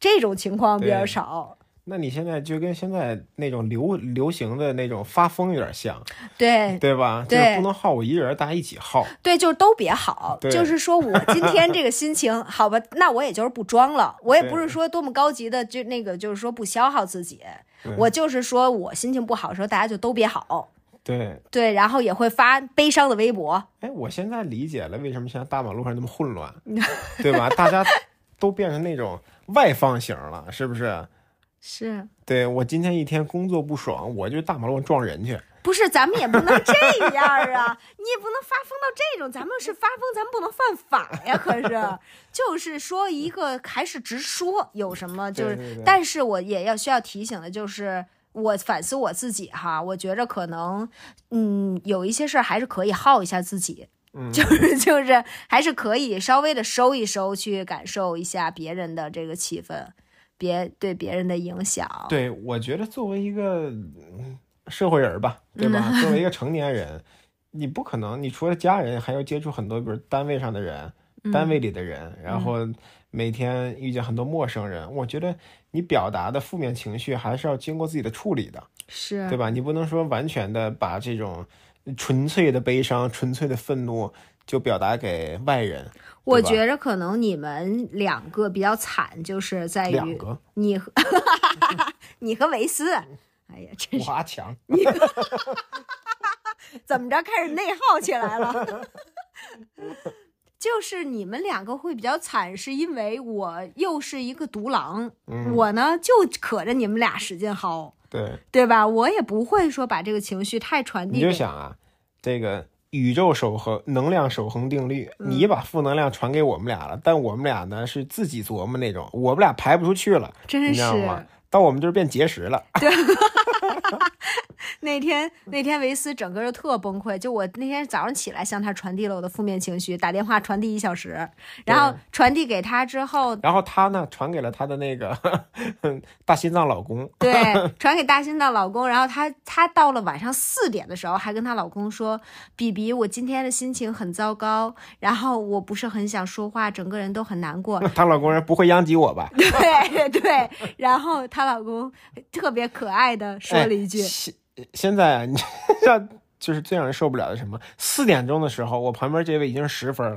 这种情况比较对少。那你现在就跟现在那种流流行的那种发疯有点像，对对吧？就是对不能耗我一人，大家一起耗。对，就是都别好，对就是说 我今天这个心情好吧，那我也就是不装了，我也对不是说多么高级的，就那个就是说不消耗自己对，我就是说我心情不好的时候，大家就都别好，对，对，然后也会发悲伤的微博，哎，我现在理解了为什么现在大马路上那么混乱， 对吧？大家都变成那种外放型了，是不是？是对我今天一天工作不爽，我就大马路上撞人去。不是？咱们也不能这样 啊，你也不能发疯到这种，咱们是发疯，咱们不能犯法呀，可是就是说一个还是直说，有什么就是对对对但是我也要需要提醒的就是，我反思我自己哈，我觉着可能，嗯，有一些事儿还是可以耗一下自己，嗯就是就是还是可以稍微的收一收，去感受一下别人的这个气氛，别对别人的影响。对，我觉得作为一个嗯社会人吧，对吧？作为一个成年人，你不可能，你除了家人，还要接触很多，比如单位上的人、单位里的人，然后每天遇见很多陌生人。我觉得你表达的负面情绪还是要经过自己的处理的，是对吧？你不能说完全的把这种纯粹的悲伤、纯粹的愤怒就表达给外人。我对吧觉着可能你们两个比较惨，就是在两于个你 和 你和维斯，哎呀，真是挖墙，怎么着开始内耗起来了。 就是你们两个会比较惨，是因为我又是一个独狼，嗯，我呢就可着你们俩使劲薅，对，对吧？我也不会说把这个情绪太传递你给就想啊，这个宇宙守恒能量守恒定律，嗯你把负能量传给我们俩了，但我们俩呢是自己琢磨那种，我们俩排不出去了，真你是知道吗？到我们这儿变结石了，那天那天维斯整个就特崩溃，就我那天早上起来向他传递了我的负面情绪，打电话传递一小时，然后传递给他之后，然后她呢传给了她的那个 大心脏 老公，对，传给大新的老公，然后她她到了晚上四点的时候，还跟她老公说：“比比，我今天的心情很糟糕，然后我不是很想说话，整个人都很难过。” 她老公人不会殃及我吧？对对，然后她老公特别可爱的说了一句哎现、现在啊，你让就是最让人受不了的是什么？四点钟的时候，我旁边这位已经是十 分了，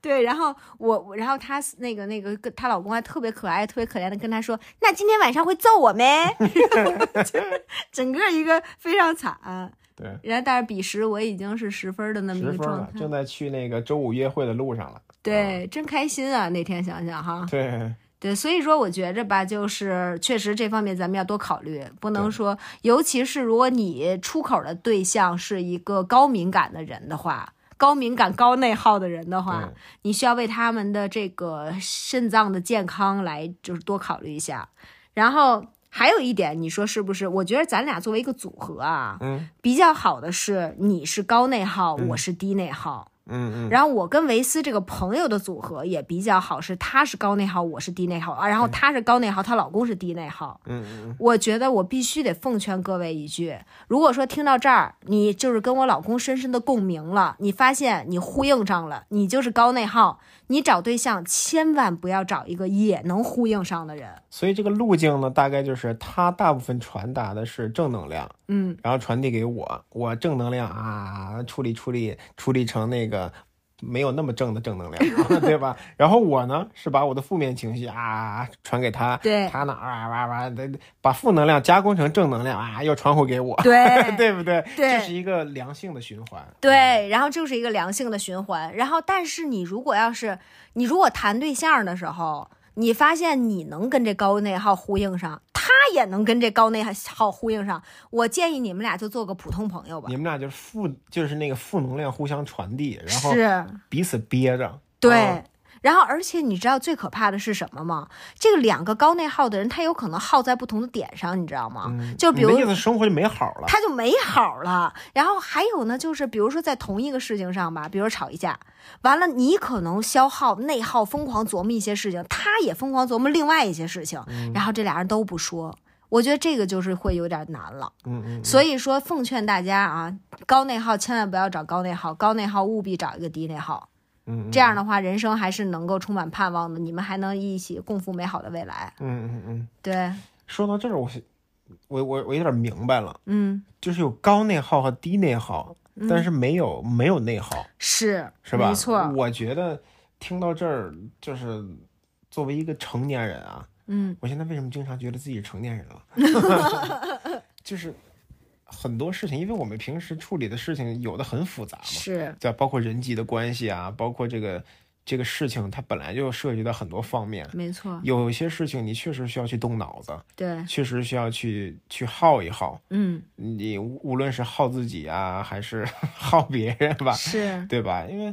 对，然后我，我然后她那个那个跟她老公还特别可爱，特别可怜的跟她说：“那今天晚上会揍我没？” 就是整个一个非常惨。啊对，然后但是彼时我已经是十分的那么一十个分嗯状了，嗯态，正在去那个周五约会的路上了。对，真开心啊！那天想想哈， 对，对，所以说我觉着吧，就是确实这方面咱们要多考虑，不能对说，尤其是如果你出口的对象是一个高敏感的人的话，高敏感、高内耗的人的话对，你需要为他们的这个肾脏的健康来就是多考虑一下。然后还有一点，你说是不是？我觉得咱俩作为一个组合啊，嗯比较好的是你是高内耗，我是低内耗。嗯嗯，然后我跟维斯这个朋友的组合也比较好，是她是高内耗，我是低内耗啊。然后她是高内耗，她老公是低内耗。嗯嗯嗯，我觉得我必须得奉劝各位一句：如果说听到这儿，你就是跟我老公深深的共鸣了，你发现你呼应上了，你就是高内耗，你找对象千万不要找一个也能呼应上的人。所以这个路径呢，大概就是他大部分传达的是正能量，嗯，然后传递给我，我正能量啊，处理处理处理成那个没有那么正的正能量，啊 对吧？然后我呢是把我的负面情绪啊传给他，对他呢啊哇哇的把负能量加工成正能量啊，又传回给我， 对对不对？对这是一个良性的循环。对，然后就是一个良性的循环。然后，但是你如果要是你如果谈对象的时候，你发现你能跟这高内耗呼应上，他也能跟这高内耗呼应上，我建议你们俩就做个普通朋友吧你。们俩就是负，就是那个负能量互相传递，然后是，彼此憋着。对。啊然后，而且你知道最可怕的是什么吗？这个两个高内耗的人，他有可能耗在不同的点上，你知道吗？就比嗯你如的意思，生活就没好了。他就没好了。然后还有呢，就是比如说在同一个事情上吧，比如吵一架，完了你可能消耗、内耗、疯狂琢磨一些事情，他也疯狂琢磨另外一些事情，嗯然后这俩人都不说。我觉得这个就是会有点难了，嗯嗯，所以说奉劝大家啊，高内耗千万不要找高内耗，高内耗务必找一个低内耗，嗯这样的话人生还是能够充满盼望的，你们还能一起共赴美好的未来。嗯嗯嗯。对，说到这儿，我是我我我有点明白了，嗯，就是有高内耗和低内耗，但是没有、没有内耗，是是吧？嗯没错，我觉得听到这儿，就是作为一个成年人啊，嗯，我现在为什么经常觉得自己是成年人了？ 就是很多事情，因为我们平时处理的事情有的很复杂嘛，是，对吧，包括人际的关系啊，包括这个这个事情，它本来就涉及到很多方面。没错，有些事情你确实需要去动脑子， 对，确实需要去去耗一耗。嗯，你无无论是耗自己啊，还是 耗别人吧，是，对吧？因为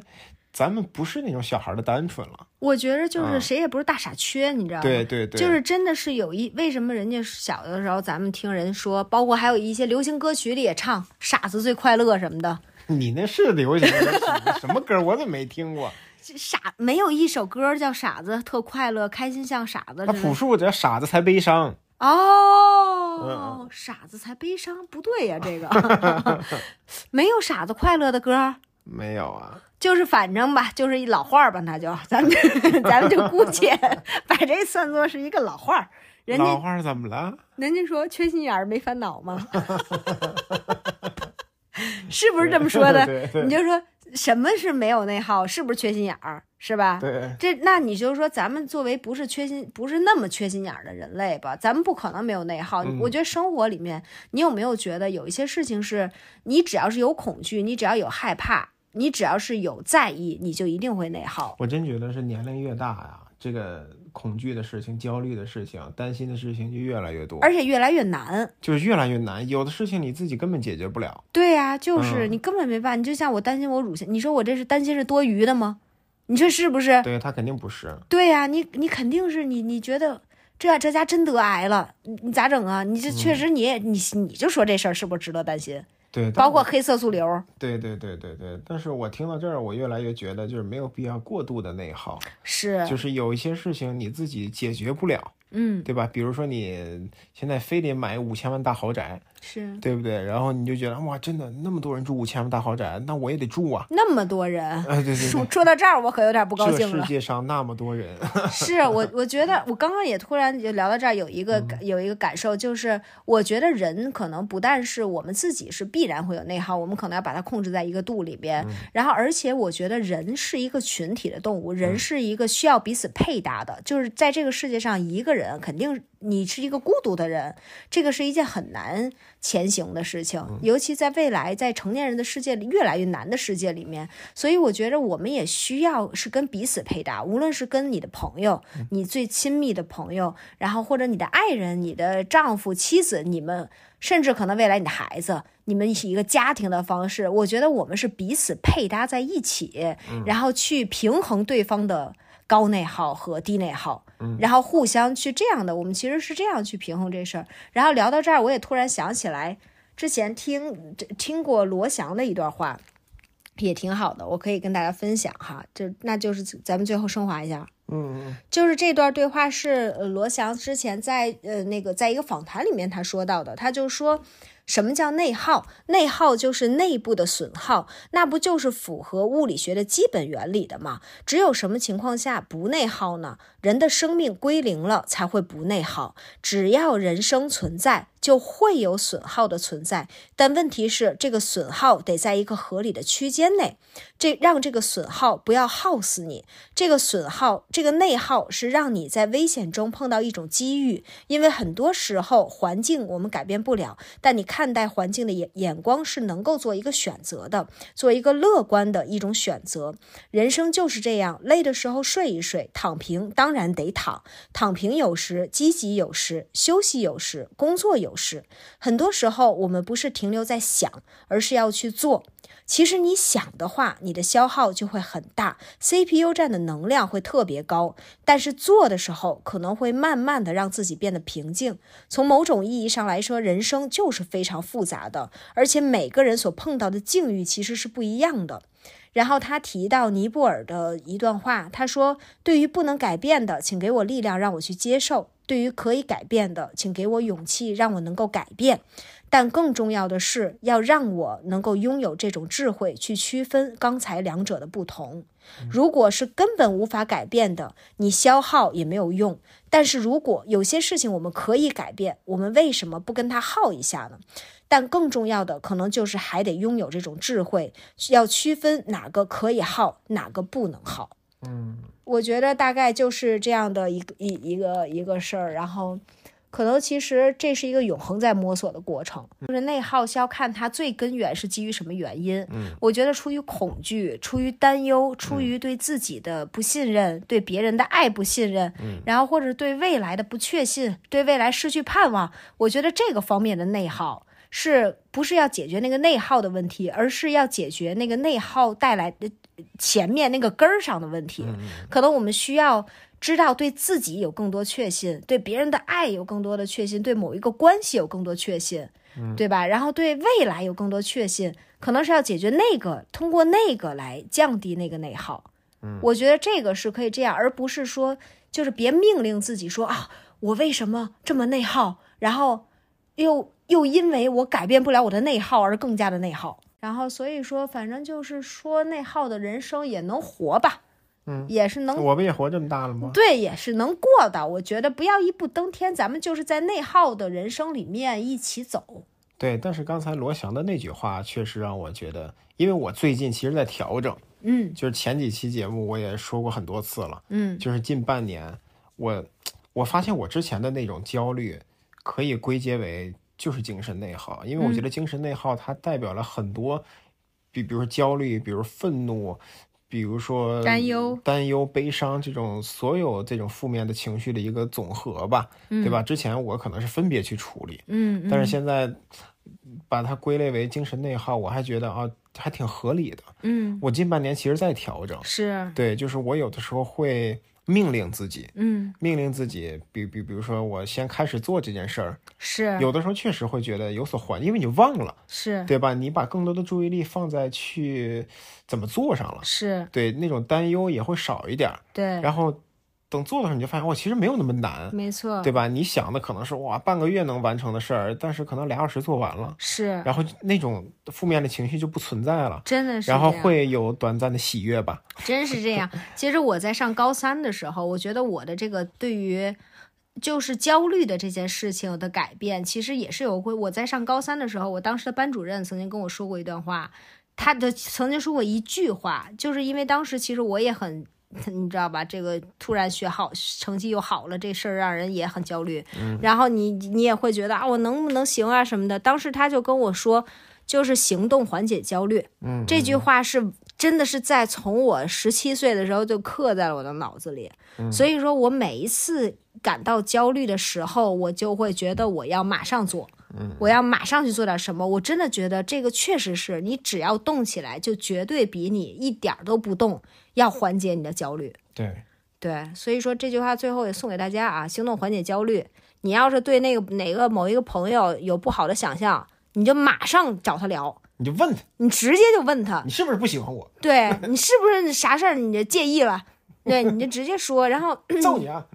咱们不是那种小孩的单纯了。我觉着就是嗯谁也不是大傻缺，你知道吗？对对啊对，就是真的是有一为什么人家小的时候咱们听人说，包括还有一些流行歌曲里也唱“傻子最快乐”什么的，你那是流行歌曲，什么歌我怎么没听 过？这傻没有一首歌叫“傻子特快乐，开心像傻子”那之类朴的。树这傻子才悲伤，嗯哦，傻子才悲伤，不对呀、这 个没有傻子快乐的歌儿，没有啊，就是反正吧，就是一老话儿吧，那就咱们 这咱们就姑且 把这算作是一个老话儿。人家老话儿怎么了？人家说缺心眼儿没烦恼 吗？是不是这么说的？对对你就说什么是没有内耗，是不是缺心眼儿，是吧？对，这那你就说，咱们作为不是缺心、不是那么缺心眼儿的人类吧，咱们不可能没有内耗。嗯我觉得生活里面，你有没有觉得有一些事情是你只要是有恐惧，你只要有害怕，你只要是有在意，你就一定会内耗。我真觉得是年龄越大呀、这个恐惧的事情、焦虑的事情、担心的事情就越来越多，而且越来越难，就是越来越难。有的事情你自己根本解决不了，对呀、就是嗯你根本没办法。你就像我担心我乳腺，你说我这是担心是多余的吗？你说是不是？对他肯定不是。对呀、你你肯定是你你觉得这这家真得癌了，你你咋整啊？嗯你这确实你也你你就说这事儿是不是值得担心？对，但包括我黑色素瘤，对对对对对，但是我听到这儿，我越来越觉得就是没有必要过度的内耗，是就是有一些事情你自己解决不了，嗯对吧？比如说你现在非得买五千万大豪宅，是对不对？然后你就觉得哇，真的那么多人住五千万大豪宅，那我也得住啊！那么多人。 哎，对对说对，说到这儿，我可有点嗯不高这兴世了。界上那么多人，是我，我觉得我刚刚也突然就聊到这儿，有一个感有一个感受，就是我觉得人可能不但是我们自己是必然会有内耗，我们可能要把它控制在一个度里边。然后，而且我觉得人是一个群体的动物，人是一个需要彼此配搭的，就是在这个世界上，一个人肯定你是一个孤独的人，这个是一件很难前行的事情，尤其在未来，在成年人的世界里越来越难的世界里面，所以我觉得我们也需要是跟彼此配搭，无论是跟你的朋友、你最亲密的朋友，然后或者你的爱人、你的丈夫、妻子，你们甚至可能未来你的孩子，你们以一个家庭的方式，我觉得我们是彼此配搭在一起，然后去平衡对方的高内耗和低内耗，然后互相去这样的，我们其实是这样去平衡这事儿。然后聊到这儿，我也突然想起来，之前听听过罗翔的一段话，也挺好的，我可以跟大家分享哈。这那就是咱们最后升华一下，嗯，就是这段对话是呃罗翔之前在呃那个在一个访谈里面他说到的，他就说什么叫内耗？内耗就是内部的损耗，那不就是符合物理学的基本原理的吗？只有什么情况下不内耗呢？人的生命归零了才会不内耗。只要人生存在，就会有损耗的存在，但问题是这个损耗得在一个合理的区间内，这让这个损耗不要耗死你。这个损耗，这个内耗是让你在危险中碰到一种机遇，因为很多时候环境我们改变不了，但你看待环境的眼眼光是能够做一个选择的，做一个乐观的一种选择。人生就是这样，累的时候睡一睡，躺平当然得躺，躺平有时，积极有时，休息有时，工作有时。很多时候我们不是停留在想，而是要去做。其实你想的话，你的消耗就会很大，CPU 占的能量会特别高。但是做的时候，可能会慢慢的让自己变得平静。从某种意义上来说，人生就是非常复杂的，而且每个人所碰到的境遇其实是不一样的。然后他提到尼泊尔的一段话，他说：“对于不能改变的，请给我力量让我去接受；对于可以改变的，请给我勇气让我能够改变。但更重要的是，要让我能够拥有这种智慧去区分刚才两者的不同。如果是根本无法改变的，你消耗也没有用。但是如果有些事情我们可以改变，我们为什么不跟它耗一下呢？但更重要的，可能就是还得拥有这种智慧，要区分哪个可以耗，哪个不能耗。嗯，我觉得大概就是这样的一个一一个一个事儿，然后。可能其实这是一个永恒在摸索的过程，嗯就是内耗是要看它最根源是基于什么原因。嗯，我觉得出于恐惧、出于担忧、出于对自己的不信任、对别人的爱不信任，嗯然后或者对未来的不确信、对未来失去盼望，我觉得这个方面的内耗是不是要解决那个内耗的问题，而是要解决那个内耗带来的呃前面那个根儿上的问嗯题。可能我们需要知道对自己有更多确信，对别人的爱有更多的确信，对某一个关系有更多确信，对吧？然后对未来有更多确信，可能是要解决那个，通过那个来降低那个内耗。我觉得这个是可以这样，而不是说就是别命令自己说啊，我为什么这么内耗，然后又又因为我改变不了我的内耗而更加的内耗。然后所以说，反正就是说内耗的人生也能活吧，嗯，也是能 我们也活这么大了吗？对，也是能过的。我觉得不要一步登天，咱们就是在内耗的人生里面一起走。对，但是刚才罗翔的那句话确实让我觉得，因为我最近其实在调整，嗯就是前几期节目我也说过很多次了，嗯就是近半年我我发现我之前的那种焦虑可以归结为就是精神内耗，因为我嗯觉得精神内耗它代表了很多，比比如说焦虑，比如愤怒。比如说担忧担忧、悲伤这种所有这种负面的情绪的一个总和吧，对吧？之前我可能是分别去处理，嗯但是现在把它归类为精神内耗，我还觉得啊，还挺合理的。嗯我近半年其实在调整，是对，就是我有的时候会命令自己，嗯命令自己，比比比如说我先开始做这件事儿，是有的时候确实会觉得有所缓，因为你忘了，是对吧？你把更多的注意力放在去怎么做上了，是，对，那种担忧也会少一点儿。对，嗯然后等做的时候，你就发现哦，其实没有那么难。没错，对吧？你想的可能是哇，半个月能完成的事儿，但是可能俩小时做完了。是然后就那种负面的情绪就不存在了，真的是然后这样会有短暂的喜悦吧。真是这样。其实我在上高三的时候，我觉得我的这个对于就是焦虑的这件事情的改变，其实也是有过。我在上高三的时候，我当时的班主任曾经跟我说过一段话，他的曾经说过一句话，就是因为当时其实我也很。你知道吧？这个突然学好，成绩又好了，这事儿让人也很焦虑。嗯然后你你也会觉得啊，我能不能行啊什么的。当时他就跟我说，就是行动缓解焦虑。嗯，这句话是真的是在从我十七岁的时候就刻在了我的脑子里，所以说我每一次感到焦虑的时候，我就会觉得我要马上做，我要马上去做点什么。我真的觉得这个确实是你只要动起来，就绝对比你一点儿都不动要缓解你的焦虑。对，对，所以说这句话最后也送给大家啊，行动缓解焦虑。你要是对那个哪个某一个朋友有不好的想象，你就马上找他聊，你就问他，你直接就问他，你是不是不喜欢我？对你是不是啥事儿你就介意了？对，你就直接说。然后， 揍你啊！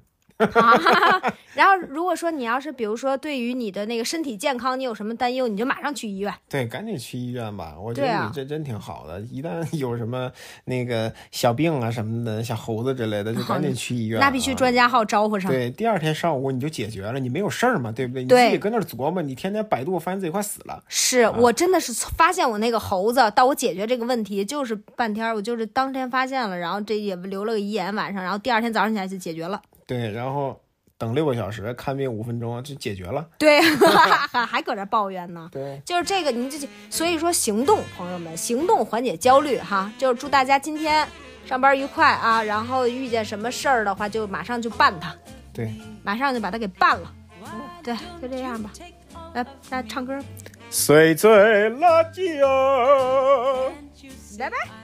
然后如果说你要是比如说对于你的那个身体健康你有什么担忧，你就马上去医院。对，赶紧去医院吧。我觉对得啊你这真挺好的，一旦有什么那个小病啊什么的，小猴子之类的，就赶紧去医院、啊。那必须专家号招呼上。对，第二天上午你就解决了，你没有事儿嘛，对不对？你对自己跟那儿琢磨，你天天百度，发现自己快死了。是我真的是发现我那个猴子，到我解决这个问题就是半天儿，我就是当天发现了，然后这也留了个遗言晚上，然后第二天早上起来就解决了。对，然后等六个小时，看病五分钟就解决了。对， 还还搁这抱怨呢。对，就是这个，你这所以说行动，朋友们，行动缓解焦虑哈。就是祝大家今天上班愉快啊，然后遇见什么事儿的话，就马上就办它，对，马上就把它给办了。嗯对，就这样吧。来，大家唱歌，碎嘴垃圾哦。拜拜。 I